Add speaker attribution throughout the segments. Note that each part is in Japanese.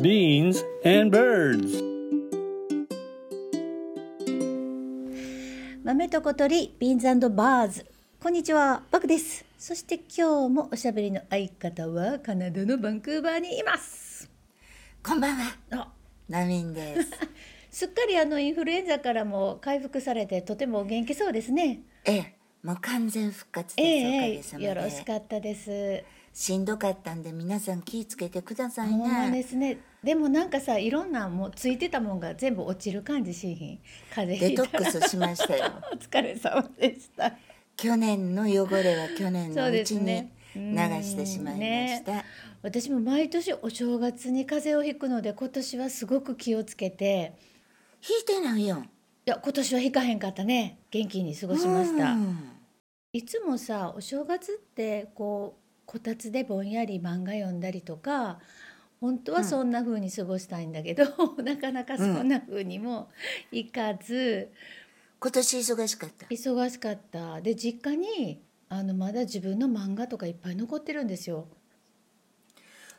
Speaker 1: Beans and birds.
Speaker 2: 豆と小鳥ビーンズバーズこんにちはバクですそして今日もおしゃべりの相方はカナダのバンクーバーにいます
Speaker 3: こんばんは、
Speaker 2: あ
Speaker 3: ナミ ンです。
Speaker 2: すっかりあのインフルエンザからも回復されてとてもお元気そうですね
Speaker 3: ええ、もう完全復活です。
Speaker 2: ええ
Speaker 3: おかげ
Speaker 2: よ
Speaker 3: さ
Speaker 2: ろ
Speaker 3: ま
Speaker 2: し
Speaker 3: で。
Speaker 2: かったです
Speaker 3: しんどかったんで、皆さん気ぃつけてください
Speaker 2: ほんまで
Speaker 3: ね。
Speaker 2: すねでもなんかさいろんなもうついてたもんが全部落ちる感じしひん風邪ひ
Speaker 3: デ
Speaker 2: い
Speaker 3: ト
Speaker 2: た
Speaker 3: ックスしまし たよ。
Speaker 2: お疲れ様でした
Speaker 3: 去年の汚れは去年
Speaker 2: そ
Speaker 3: の
Speaker 2: う
Speaker 3: う
Speaker 2: です
Speaker 3: ちに
Speaker 2: ね
Speaker 3: 流してしまいました。
Speaker 2: 私も毎年お正月に風邪をひくので今年はすごく気をつけて
Speaker 3: 引いてないよ。
Speaker 2: いや今年は引かへんかったね元気に過ごしました、
Speaker 3: うん
Speaker 2: いつもさお正月ってこうこたつでぼんやり漫画読んだりとか本当はそんな風に過ごしたいんだけど、 なかなかそんな風にもいかず、
Speaker 3: 今年忙しかった。
Speaker 2: 忙しかったで実家にあのまだ自分の漫画とかいっぱい残ってるんですよ。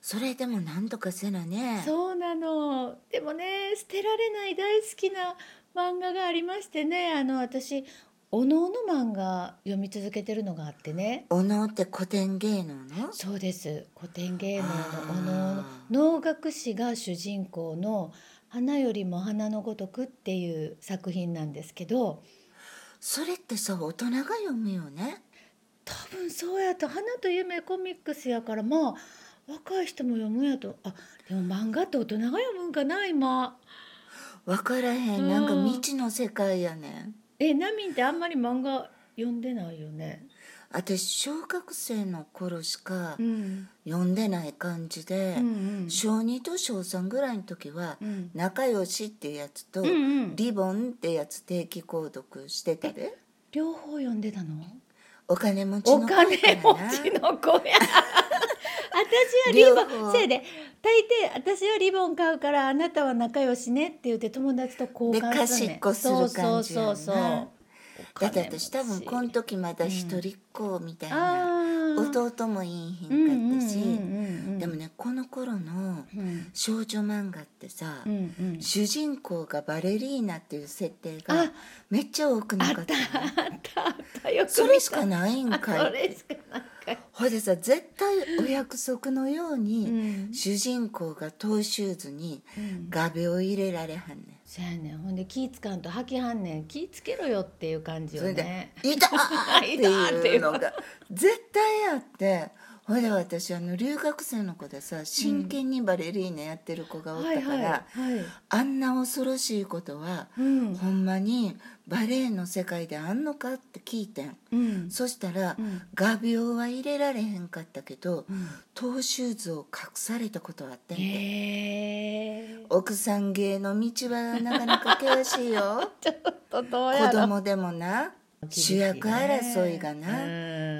Speaker 3: それでもなんとかせなね。
Speaker 2: そうなのでもね捨てられない大好きな漫画がありましてねあの私お能の漫画読み続けてるのがあってね
Speaker 3: お能って古典芸能の。
Speaker 2: そうです古典芸能のお能の
Speaker 3: あー
Speaker 2: 能楽師が主人公の「花よりも花のごとく」っていう作品なんですけど
Speaker 3: それってさ、大人が読むよね。
Speaker 2: 多分そうやと「花と夢」コミックスやからまあ若い人も読むやとあでも漫画って大人が読むんかな今。
Speaker 3: わからへ、
Speaker 2: うんん
Speaker 3: なんか未知の世界やねん。
Speaker 2: えナミンってあんまり漫画読んでないよね。
Speaker 3: 私小学生の頃しか
Speaker 2: うん、
Speaker 3: 読んでない感じで、
Speaker 2: うんうん
Speaker 3: 小2と小3ぐらいの時は
Speaker 2: うん
Speaker 3: 「仲良し」っていうやつと「
Speaker 2: うんうん
Speaker 3: リボン」ってやつ定期購読してたで
Speaker 2: 両方読んでたの
Speaker 3: お金持ち
Speaker 2: お
Speaker 3: の子や
Speaker 2: 金持
Speaker 3: から
Speaker 2: ち
Speaker 3: な
Speaker 2: の子や私はリ
Speaker 3: 両
Speaker 2: ボン
Speaker 3: 方
Speaker 2: せいで大抵私はリボン買うからあなたは仲良しねって言って友達と交
Speaker 3: で
Speaker 2: 換
Speaker 3: か
Speaker 2: す
Speaker 3: し
Speaker 2: るね
Speaker 3: っこする感じや
Speaker 2: そうそ
Speaker 3: んな
Speaker 2: うそうそう
Speaker 3: だって私多分この時まだ一人っ子みたいな、
Speaker 2: 弟
Speaker 3: 弟もいいひ
Speaker 2: うん
Speaker 3: かったし、
Speaker 2: ん
Speaker 3: でもねこの頃の
Speaker 2: うん
Speaker 3: 少女漫画ってさ、
Speaker 2: うんうん
Speaker 3: 主人公がバレリーナっていう設定
Speaker 2: あ
Speaker 3: がめっちゃ多くな
Speaker 2: あ
Speaker 3: か
Speaker 2: っ
Speaker 3: った
Speaker 2: た
Speaker 3: の
Speaker 2: あったあったよく見た
Speaker 3: それしかないん
Speaker 2: あ
Speaker 3: か
Speaker 2: そ
Speaker 3: い
Speaker 2: れしかなんかい
Speaker 3: ほいでさ絶対お約束のように、
Speaker 2: うん
Speaker 3: 主人公がトーシューズに
Speaker 2: うん
Speaker 3: 画鋲入れられはんねん。
Speaker 2: そやねんほんで気ぃつかんと吐きはんねん気ぃつけろよっていう感じよ
Speaker 3: それで
Speaker 2: ね
Speaker 3: 「いた!」って いうの
Speaker 2: い
Speaker 3: が絶対あってほいで私あの留学生の子でさ真剣にバレリーナやってる子がおっ
Speaker 2: は
Speaker 3: た
Speaker 2: い
Speaker 3: か
Speaker 2: はい
Speaker 3: ら
Speaker 2: は
Speaker 3: あんな恐ろしいことはい
Speaker 2: うん
Speaker 3: ほんまにバレエの世界であんのかって聞いてん
Speaker 2: うん
Speaker 3: そしたら、
Speaker 2: うん
Speaker 3: 画鋲は入れられへんかったけど、
Speaker 2: ん
Speaker 3: トーシューズを隠されたことはあってんて、
Speaker 2: へえ
Speaker 3: 奥さん芸の道はなかなか険しいよ
Speaker 2: ちょっとどうや
Speaker 3: 子
Speaker 2: ろ
Speaker 3: 供でもな、主役争いがな、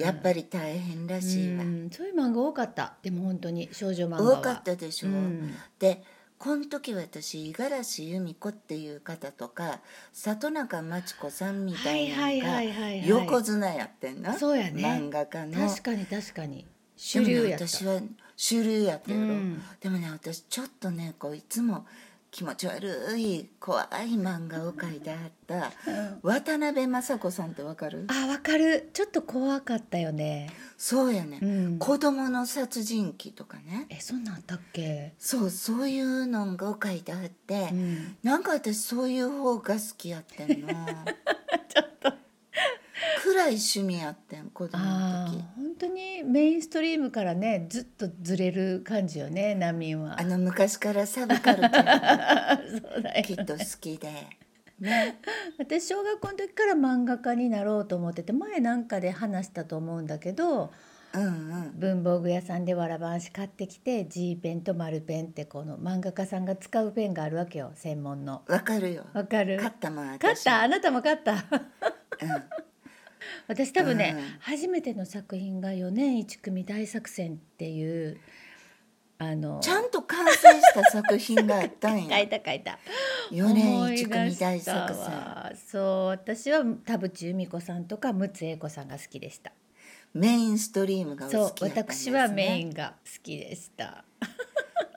Speaker 3: やっぱ
Speaker 2: り
Speaker 3: り大変らしいわ、
Speaker 2: そういう漫画多かったでも本当に少女漫画は
Speaker 3: 多かったでしょ、
Speaker 2: うん
Speaker 3: でこの時私五十嵐由美子っていう方とか里中真知子さんみたいな
Speaker 2: はい
Speaker 3: の
Speaker 2: は
Speaker 3: が
Speaker 2: いはいはいはい
Speaker 3: 横綱やってんな
Speaker 2: そうやね
Speaker 3: 漫画家の
Speaker 2: 確かに確かに主流やった
Speaker 3: でもね私は主流やったやろ、
Speaker 2: うん
Speaker 3: でもね私ちょっとねこういつも気持ち悪い怖い漫画を描いてあった渡辺雅子さんってわかる
Speaker 2: あわかるちょっと怖かったよね
Speaker 3: そうやね、
Speaker 2: うん
Speaker 3: 子供の殺人鬼とかね
Speaker 2: えそんなんあったっけ
Speaker 3: そうそういうのを書いてあって、
Speaker 2: うん
Speaker 3: なんか私そういう方が好きやって んなちょっと暗い趣味やってん子供の
Speaker 2: あ
Speaker 3: 時
Speaker 2: ー本当にメインストリームからねずっとずれる感じよね難民は
Speaker 3: あの昔からサブカルちゃんが
Speaker 2: そうだよ
Speaker 3: きっと好き でね
Speaker 2: 私小学校の時から漫画家になろうと思ってて前なんかで話したと思うんだけど
Speaker 3: うんうん
Speaker 2: 文房具屋さんでわらばんし買ってきて G ペンと丸ペンってこの漫画家さんが使うペンがあるわけよ専門の。
Speaker 3: わかるよ
Speaker 2: わかる
Speaker 3: 勝ったもん
Speaker 2: 勝っ
Speaker 3: 私
Speaker 2: たあなたも勝った
Speaker 3: うん
Speaker 2: 私多分ね、
Speaker 3: うん
Speaker 2: 初めての作品が「4年1組大作戦」っていうあの
Speaker 3: ちゃんと完成した作品があった ん
Speaker 2: 書い
Speaker 3: や
Speaker 2: た書いた。
Speaker 3: 4年
Speaker 2: 思い
Speaker 3: 1
Speaker 2: 出
Speaker 3: 組
Speaker 2: したわ
Speaker 3: 大作戦
Speaker 2: そう私は田淵由美子さんとか陸奥英子さんが好きでした
Speaker 3: メインストリームがお
Speaker 2: そ
Speaker 3: 好
Speaker 2: う
Speaker 3: きやったんです、ね、
Speaker 2: 私はメインが好きでした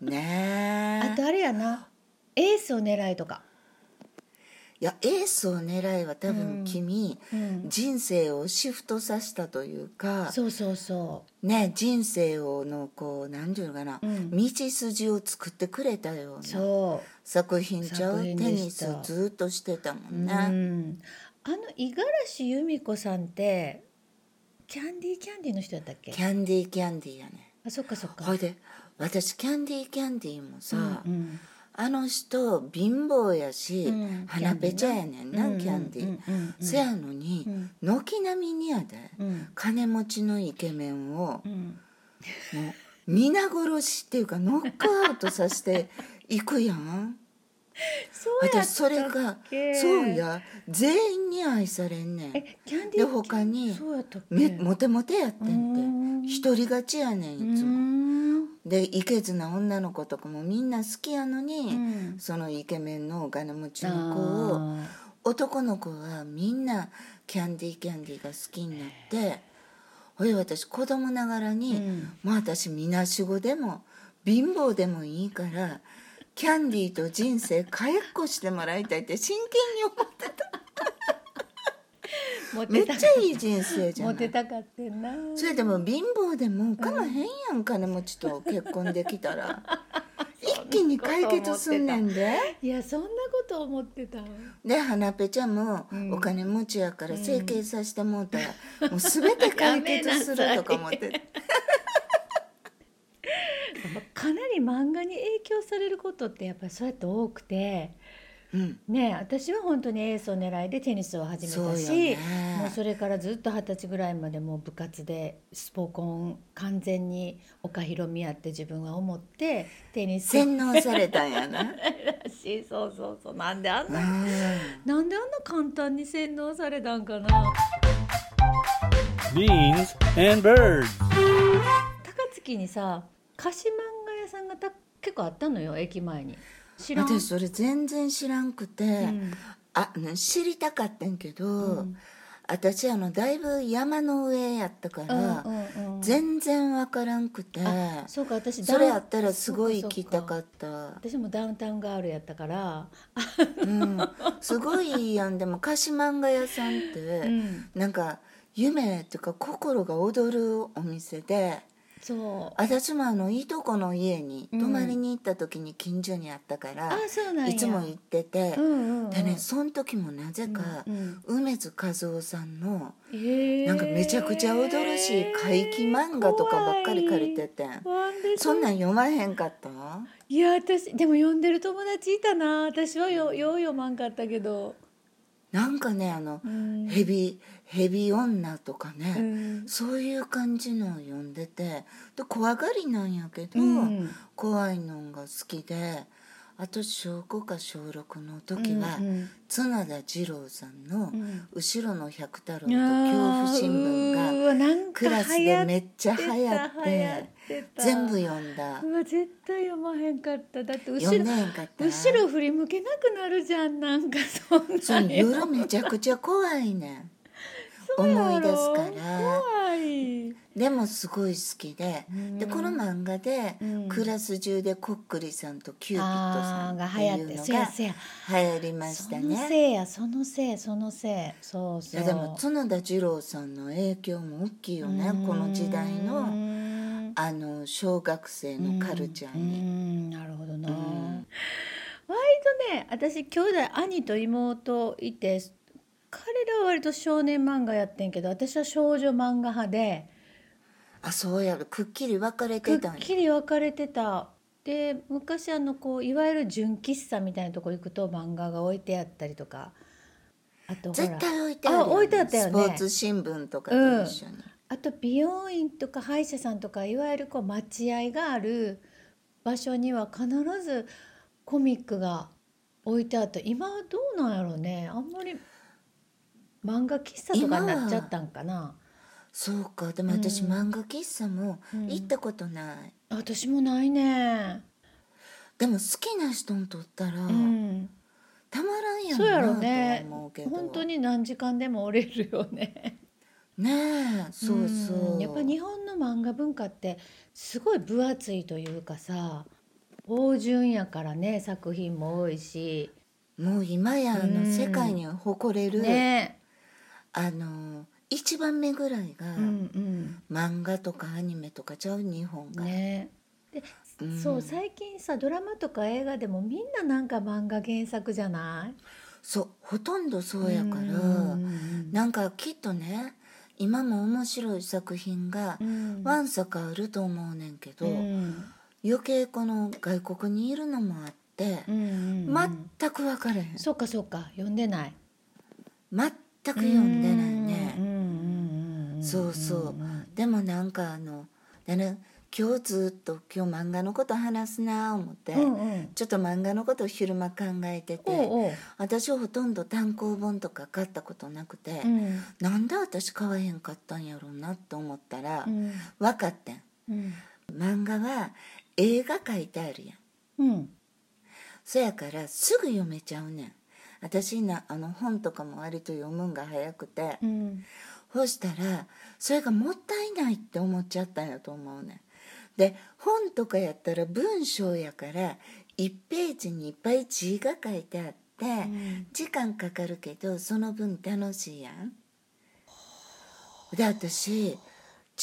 Speaker 3: ねねえ
Speaker 2: あとあれやなエースを狙いとか、
Speaker 3: いやエースを狙いは多
Speaker 2: う
Speaker 3: 分
Speaker 2: ん
Speaker 3: 君、
Speaker 2: うん、
Speaker 3: 人生をシフトさせたというか
Speaker 2: そうそうそ
Speaker 3: ね人生をのこう何ていうのかな、
Speaker 2: うん
Speaker 3: 道筋を作ってくれたよう
Speaker 2: う
Speaker 3: な
Speaker 2: そ
Speaker 3: 作品ちゃう
Speaker 2: 作
Speaker 3: テ
Speaker 2: 品で
Speaker 3: ニ
Speaker 2: した
Speaker 3: スずっとしてたも
Speaker 2: う、
Speaker 3: んね、
Speaker 2: うん、あの五十嵐由美子さんってキャンディーキャンディーの人やったっけ
Speaker 3: キャンディーキャンディーやね
Speaker 2: あそっかそっか
Speaker 3: ほいで私キャンディーキャンディーもさ、
Speaker 2: うん
Speaker 3: あの人貧乏やし、
Speaker 2: うん
Speaker 3: 鼻ぺちゃやねんなキャンディ
Speaker 2: う
Speaker 3: ー、
Speaker 2: んうんうんうん
Speaker 3: せやのに
Speaker 2: うん
Speaker 3: 軒並みにやで、
Speaker 2: うん
Speaker 3: 金持ちのイケメンを
Speaker 2: うん
Speaker 3: もう皆殺しっていうかノックアウトさ せていくやん
Speaker 2: そうやったっけ
Speaker 3: 私それがそうや全員に愛されんねん
Speaker 2: えキャンディーキ
Speaker 3: で
Speaker 2: ャン
Speaker 3: 他に
Speaker 2: そうやったっけ
Speaker 3: めモテモテやって
Speaker 2: うー
Speaker 3: んっ
Speaker 2: ん
Speaker 3: て独り勝ちやねんいつ
Speaker 2: うー
Speaker 3: も
Speaker 2: ん
Speaker 3: でいけずな女の子とかもみんな好きやのに、
Speaker 2: ん
Speaker 3: そのイケメンのお金持ち
Speaker 2: あ
Speaker 3: の子を
Speaker 2: ー
Speaker 3: 男の子はみんなキャンディーキャンディーが好きになってほいで私子供ながらに、
Speaker 2: うん
Speaker 3: もう私みなしごでも貧乏でもいいからキャンディーと人生かえっこしてもらいたいって真剣に思 って
Speaker 2: モテ
Speaker 3: めったちゃいい人生じゃ
Speaker 2: モ
Speaker 3: な
Speaker 2: テ
Speaker 3: い
Speaker 2: たかってんな
Speaker 3: それでも貧乏でもかまへんやん金持ちと結婚でき たら一気に解決すんねんで。
Speaker 2: いやそんなこと思ってた
Speaker 3: で花ペちゃんも
Speaker 2: ん
Speaker 3: お金持ちやから整形させてもうたら、もう全て解決すると か思って
Speaker 2: かなり漫画に影響されることってやっぱりそうやって多くて
Speaker 3: うん
Speaker 2: ねえ私は本当にエースを狙いでテニスを始め
Speaker 3: そう
Speaker 2: た
Speaker 3: よ
Speaker 2: し
Speaker 3: ね
Speaker 2: もうそれからずっと二十歳ぐらいまでもう部活でスポコン完全に岡広美やって自分は思ってテニス
Speaker 3: 洗脳されたんやな
Speaker 2: らしいそうそうそうなんであん
Speaker 3: う
Speaker 2: な、
Speaker 3: ん
Speaker 2: なんであんな簡単に洗脳されたんかな
Speaker 1: Beans and birds.
Speaker 2: 高槻にさ菓子漫画屋さんがた結構あったのよ駅前に知らん
Speaker 3: 私それ全然知らんくて、
Speaker 2: ん
Speaker 3: あうん知りたかったんけど、
Speaker 2: ん
Speaker 3: 私あのだいぶ山の上やったか
Speaker 2: うん
Speaker 3: ら、
Speaker 2: うんうん
Speaker 3: 全然わからんくて
Speaker 2: あそうか私
Speaker 3: それ
Speaker 2: ダウ
Speaker 3: や
Speaker 2: ン
Speaker 3: ったらすごい
Speaker 2: そう
Speaker 3: 聞
Speaker 2: かそうか
Speaker 3: きたかった
Speaker 2: 私もダウンタウンガールやったから、
Speaker 3: うん、すごいやんでも菓子漫画屋さんって、
Speaker 2: うん、
Speaker 3: なんか夢っていうか心が躍るお店で
Speaker 2: そう
Speaker 3: 私もあのいとこの家に泊まりに行った時に近所にあったから
Speaker 2: あ、そうなんや
Speaker 3: いつも行ってて、
Speaker 2: うんうんうん
Speaker 3: でねその時もなぜか、
Speaker 2: うん
Speaker 3: 梅津和夫さんの
Speaker 2: えー
Speaker 3: なんかめちゃくちゃ驚ろしい怪奇漫画とかばっかり借りててん
Speaker 2: 怖いワンデー
Speaker 3: そんなん読まへんかった
Speaker 2: いや私でも読んでる友達いたな私はよよう読まんかったけど
Speaker 3: なんかねあの、
Speaker 2: うん
Speaker 3: ヘビヘビ女とかね、
Speaker 2: うん
Speaker 3: そういう感じのを読んでてで怖がりなんやけど、
Speaker 2: うん
Speaker 3: 怖いのが好きであと小5か小6の時は、
Speaker 2: うんうん
Speaker 3: 角田二郎さんの
Speaker 2: ん
Speaker 3: 「後ろの百太郎」と「
Speaker 2: いやー
Speaker 3: 恐怖新聞」
Speaker 2: うー
Speaker 3: が
Speaker 2: わなんか
Speaker 3: クラスでめっちゃ流
Speaker 2: 流行
Speaker 3: 行
Speaker 2: っ
Speaker 3: って
Speaker 2: た
Speaker 3: て
Speaker 2: 流行ってた
Speaker 3: 全部読んだ
Speaker 2: うわ絶対読まへんかっただって後
Speaker 3: 読ん
Speaker 2: ろ
Speaker 3: でへんかった
Speaker 2: 後ろ振り向けなくなるじゃんなんか そん
Speaker 3: そ
Speaker 2: な
Speaker 3: う
Speaker 2: のよ
Speaker 3: 夜めちゃくちゃ怖いねん
Speaker 2: そうやろ
Speaker 3: 思い出すから
Speaker 2: 怖い
Speaker 3: でもすごい好きで、
Speaker 2: ん
Speaker 3: でこの漫画で、
Speaker 2: うん
Speaker 3: クラス中でこっくりさんとキューピッドさ
Speaker 2: あ
Speaker 3: ん
Speaker 2: ーが
Speaker 3: って
Speaker 2: 流行っ
Speaker 3: いう
Speaker 2: て
Speaker 3: の
Speaker 2: せや
Speaker 3: が
Speaker 2: せや
Speaker 3: 流行りまし
Speaker 2: そ
Speaker 3: た
Speaker 2: の
Speaker 3: ね。
Speaker 2: せいやそのせいそのせいそう
Speaker 3: い
Speaker 2: そう
Speaker 3: やでも角田二郎さんの影響も大きいよねこの時代
Speaker 2: うー
Speaker 3: の
Speaker 2: ん
Speaker 3: あの小学生のカルチャー
Speaker 2: う
Speaker 3: に
Speaker 2: んなるほどな、
Speaker 3: うん
Speaker 2: 割とね私兄弟兄と妹いて彼らは割と少年漫画やってんけど私は少女漫画派で
Speaker 3: あそうやろくっきり分かれ
Speaker 2: く
Speaker 3: て
Speaker 2: った
Speaker 3: んや
Speaker 2: きり分かれてたで昔あのこういわゆる純喫茶みたいなとこ行くと漫画が置いてあったりとかあとほら
Speaker 3: 絶対置いてあるよね
Speaker 2: あ置いてあったよね
Speaker 3: スポーツ新聞とかと一緒に、
Speaker 2: あと美容院とか歯医者さんとかいわゆるこう待合がある場所には必ずコミックが置いてあって今はどうなんやろうねあんまり漫画喫茶とかになっちゃったんかな
Speaker 3: そうかでも私、
Speaker 2: うん
Speaker 3: 漫画喫茶も行ったことない、
Speaker 2: 私もないね
Speaker 3: でも好きな人にとったら、
Speaker 2: うん
Speaker 3: たまらんや
Speaker 2: そうやろ
Speaker 3: ろな
Speaker 2: ね
Speaker 3: とは思うけど
Speaker 2: 本当に何時間でも折れるよね
Speaker 3: ねえそうそう、
Speaker 2: んやっぱ日本の漫画文化ってすごい分厚いというかさ芳醇やからね作品も多いし
Speaker 3: もう今やあ
Speaker 2: う
Speaker 3: の
Speaker 2: ん
Speaker 3: 世界に誇れる、
Speaker 2: ね
Speaker 3: あの一番目ぐらいが、
Speaker 2: うん
Speaker 3: 漫画とかアニメとかちゃう日本
Speaker 2: うん
Speaker 3: が、
Speaker 2: ねで、
Speaker 3: うん
Speaker 2: そう最近さドラマとか映画でもみんななんか漫画原作じゃない
Speaker 3: そうほとんどそうやから、
Speaker 2: うん
Speaker 3: なんかきっとね今も面白い作品が
Speaker 2: うん
Speaker 3: わんさかあると思うねんけど、
Speaker 2: うん
Speaker 3: 余計この外国にいるのもあって、
Speaker 2: うんうんうん
Speaker 3: 全く分からへん
Speaker 2: そっかそっか読んでない
Speaker 3: 全く読んでない
Speaker 2: うん
Speaker 3: ね、
Speaker 2: うんうんうんん
Speaker 3: そうそう、でもなんかあのでね今日ずっと今日漫画のこと話すなあ思って、
Speaker 2: うんうん
Speaker 3: ちょっと漫画のことを昼間考えてて
Speaker 2: おうおう
Speaker 3: 私はほとんど単行本とか買ったことなくて、
Speaker 2: うん
Speaker 3: なんで私買わへんかったんやろうなと思ったら、
Speaker 2: うん
Speaker 3: 分かってん
Speaker 2: うん
Speaker 3: 漫画は映画書いてあるやん
Speaker 2: うん
Speaker 3: そやからすぐ読めちゃうねん私なあの本とかも割と読むんが早くて、
Speaker 2: うん
Speaker 3: そうしたらそれがもったいないって思っちゃったんやと思うねんで本とかやったら文章やから1ページにいっぱい字が書いてあって、
Speaker 2: ん
Speaker 3: 時間かかるけどその分楽しいやんで私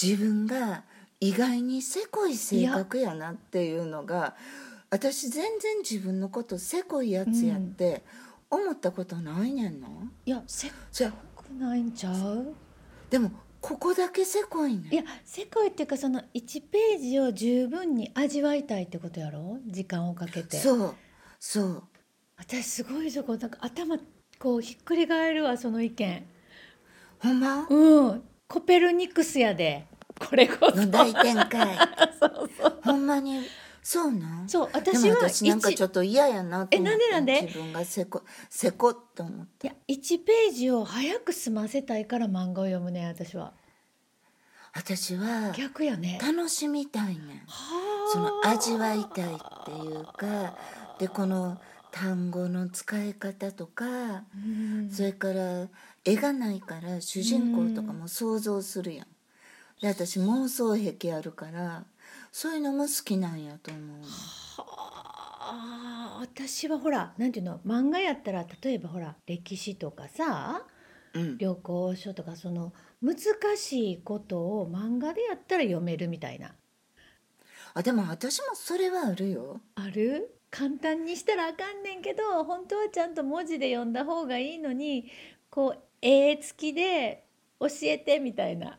Speaker 3: 自分が意外にせこい性格やなっていうのが私全然自分のことせこいやつやって思ったことないねんの、
Speaker 2: いやせっ
Speaker 3: そや
Speaker 2: かくないんちゃう
Speaker 3: でもここだけせこいねん
Speaker 2: いや世界っていうかその1ページを十分に味わいたいってことやろ時間をかけて
Speaker 3: そうそう
Speaker 2: 私すごいそこなんか頭こうひっくり返るわその意見
Speaker 3: ほんま
Speaker 2: うんコペルニクスやでこれこ
Speaker 3: の
Speaker 2: そ
Speaker 3: 大展 開ほんまにそうなん
Speaker 2: そう
Speaker 3: で
Speaker 2: 私
Speaker 3: も
Speaker 2: は
Speaker 3: 私なんか
Speaker 2: 一
Speaker 3: ちょっと嫌やなと思って
Speaker 2: えなんでなんで
Speaker 3: 自分がせこせこって思って
Speaker 2: いや1ページを早く済ませたいから漫画を読むね私は
Speaker 3: 私は
Speaker 2: 逆やね
Speaker 3: 楽しみたいねん
Speaker 2: はあ
Speaker 3: その味わいたいっていうかでこの単語の使い方とか
Speaker 2: うん
Speaker 3: それから絵がないから主人公とかも想像するやんで私妄想癖あるからそういうのも好きなんやと思うねん
Speaker 2: あー私はほらなんていうの漫画やったら例えばほら歴史とかさ
Speaker 3: うん
Speaker 2: 旅行書とかその難しいことを漫画でやったら読めるみたいな
Speaker 3: あでも私もそれはあるよ
Speaker 2: ある簡単にしたらあかんねんけど本当はちゃんと文字で読んだ方がいいのにこう絵付きで教えてみたいな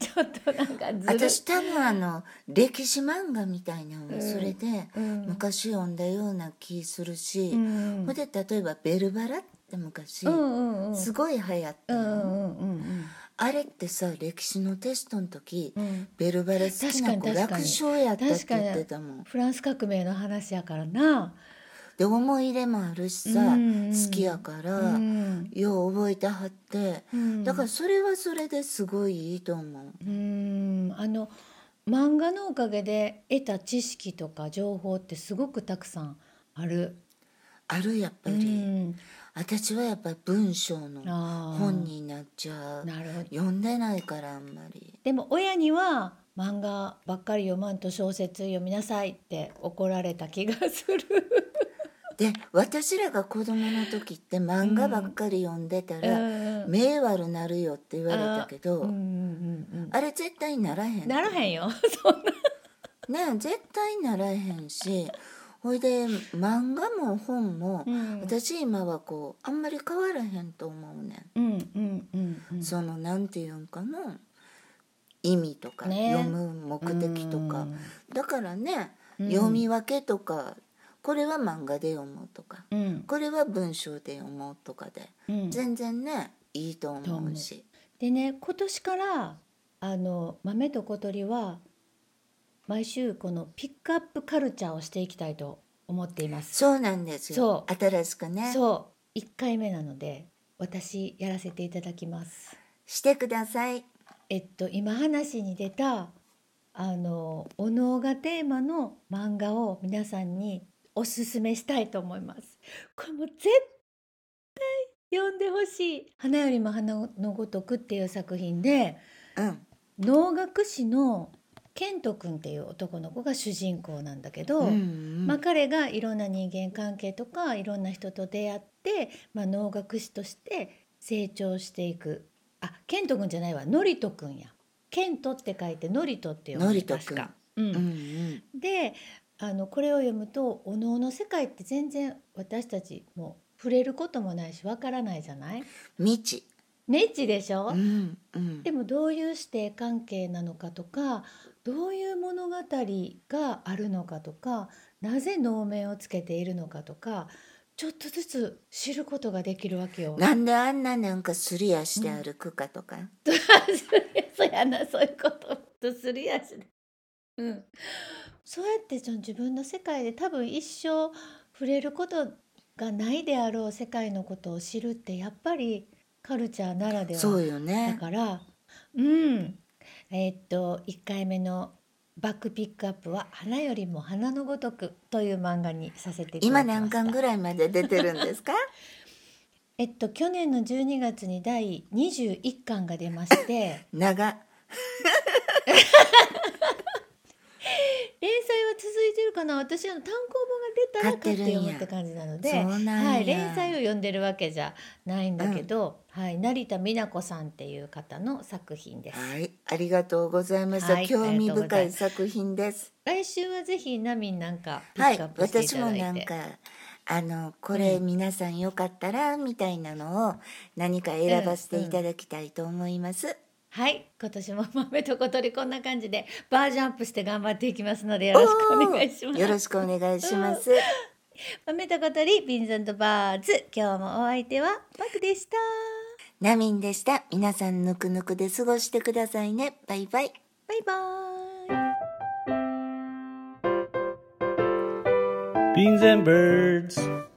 Speaker 2: ちょっとなんかずる
Speaker 3: 私多分あの歴史漫画みたいなのはそれで
Speaker 2: うん
Speaker 3: 昔読んだような気するし、
Speaker 2: うん
Speaker 3: ほんで例えば「ベルバラ」って昔、
Speaker 2: うんうんうん
Speaker 3: すごい流行った
Speaker 2: うんう
Speaker 3: の、
Speaker 2: んうん
Speaker 3: あれってさ歴史のテストの時、
Speaker 2: うんうん
Speaker 3: ベルバラ好き
Speaker 2: 確か
Speaker 3: な子
Speaker 2: に確か
Speaker 3: 楽
Speaker 2: に
Speaker 3: 勝やったって言ってたもん
Speaker 2: フランス革命の話やからな
Speaker 3: で思い入れもあるしさ、
Speaker 2: うんうん
Speaker 3: 好きやから、
Speaker 2: うん
Speaker 3: よう覚えてはって、
Speaker 2: うん
Speaker 3: だからそれはそれですごいいいと思う
Speaker 2: うーんあの漫画のおかげで得た知識とか情報ってすごくたくさんある。
Speaker 3: あるやっぱ
Speaker 2: う
Speaker 3: り、
Speaker 2: ん、
Speaker 3: 私はやっぱり文章の
Speaker 2: あー
Speaker 3: 本になっちゃう
Speaker 2: なるほど。
Speaker 3: 読んでないからあんまり
Speaker 2: でも親には漫画ばっかり読まんと小説読みなさいって怒られた気がする。
Speaker 3: で私らが子供の時って漫画ばっかり読んでたら、
Speaker 2: うん
Speaker 3: 目悪なるよって言われたけど、
Speaker 2: うんうんうん
Speaker 3: あれ絶対ならへ
Speaker 2: うんん。ならへんよ。そんな。
Speaker 3: ねえ絶対ならへんしほいで漫画も本も、
Speaker 2: うん
Speaker 3: 私今はこうあんまり変わらへんと思うね、
Speaker 2: うんうんうんうんん。
Speaker 3: そのなんていうんかな意味とか、
Speaker 2: ね
Speaker 3: 読む目的とか、
Speaker 2: うん
Speaker 3: だからね、
Speaker 2: うん
Speaker 3: 読み分けとかこれは漫画で読もうとか
Speaker 2: うん
Speaker 3: これは文章で読もうとかで、
Speaker 2: うん。
Speaker 3: 全然ねいいと思うし
Speaker 2: でね今年からあの豆と小鳥は毎週このピックアップカルチャーをしていきたいと思っています。
Speaker 3: そうなんです
Speaker 2: そ
Speaker 3: よ新しくね
Speaker 2: そう1回目なので私やらせていただきます。
Speaker 3: してください
Speaker 2: えっと今話に出たあのお能がテーマの漫画を皆さんにおすすめしたいと思います。これもう絶対読んでほしい「花よりも花のごとく」っていう作品で
Speaker 3: うん
Speaker 2: 能楽師のケント君っていう男の子が主人公なんだけど、
Speaker 3: うんうん
Speaker 2: まあ、彼がいろんな人間関係とかいろんな人と出会って、まあ、能楽師として成長していくあケント君じゃないわノリト君やケントって書いてノリトって読む
Speaker 3: ノリト君
Speaker 2: 確かうん
Speaker 3: うんうん
Speaker 2: であのこれを読むとお能の世界って全然私たちも触れることもないしわからないじゃない
Speaker 3: 未知、
Speaker 2: 未知でしょ、
Speaker 3: うんうん、
Speaker 2: でもどういう師弟関係なのかとかどういう物語があるのかとかなぜ能面をつけているのかとかちょっとずつ知ることができるわけよ。
Speaker 3: なんであんななんかすり足で歩くかとか、
Speaker 2: そうやなそういうこととするやしねうん、そうやってその自分の世界で多分一生触れることがないであろう世界のことを知るってやっぱりカルチャーならでは
Speaker 3: そうよ
Speaker 2: だ
Speaker 3: ね
Speaker 2: から、うん、えーっと1回目のバックピックアップは「花よりも花のごとく」という漫画にさせていただきま
Speaker 3: 今
Speaker 2: した
Speaker 3: 何巻ぐらいまで出てるんです か
Speaker 2: えっと去年の12月に第21巻が出まして
Speaker 3: 長
Speaker 2: 連載は続いてるかな私あの単行本が出たら買って読むって感じなので
Speaker 3: 買ってるんやそうなんや
Speaker 2: はい、連載を読んでるわけじゃないんだけど、はい、成田美奈子さんっていう方の作品です。
Speaker 3: はいありがとうございました、
Speaker 2: はい
Speaker 3: 興味深
Speaker 2: ありがとうござい
Speaker 3: い
Speaker 2: ます
Speaker 3: 作品です
Speaker 2: 来週はぜひナミンなんかピ
Speaker 3: は
Speaker 2: ッ
Speaker 3: い
Speaker 2: クアップしてい
Speaker 3: 私
Speaker 2: ただ
Speaker 3: も
Speaker 2: いて、
Speaker 3: なんかあのこれ皆さんよかったらみたいなのを何か選ばせていただきたいと思います、
Speaker 2: はい今年も豆と小鳥こんな感じでバージョンアップして頑張っていきますのでよろしくお願いしま
Speaker 3: よろ
Speaker 2: す
Speaker 3: しくお願いします、
Speaker 2: 豆と小鳥ビンセントバーズ今日もお相手はパクでした
Speaker 3: ナミンでした皆さんぬくぬくで過ごしてくださいねバイバイ
Speaker 2: バイバイ
Speaker 1: Beans and birds.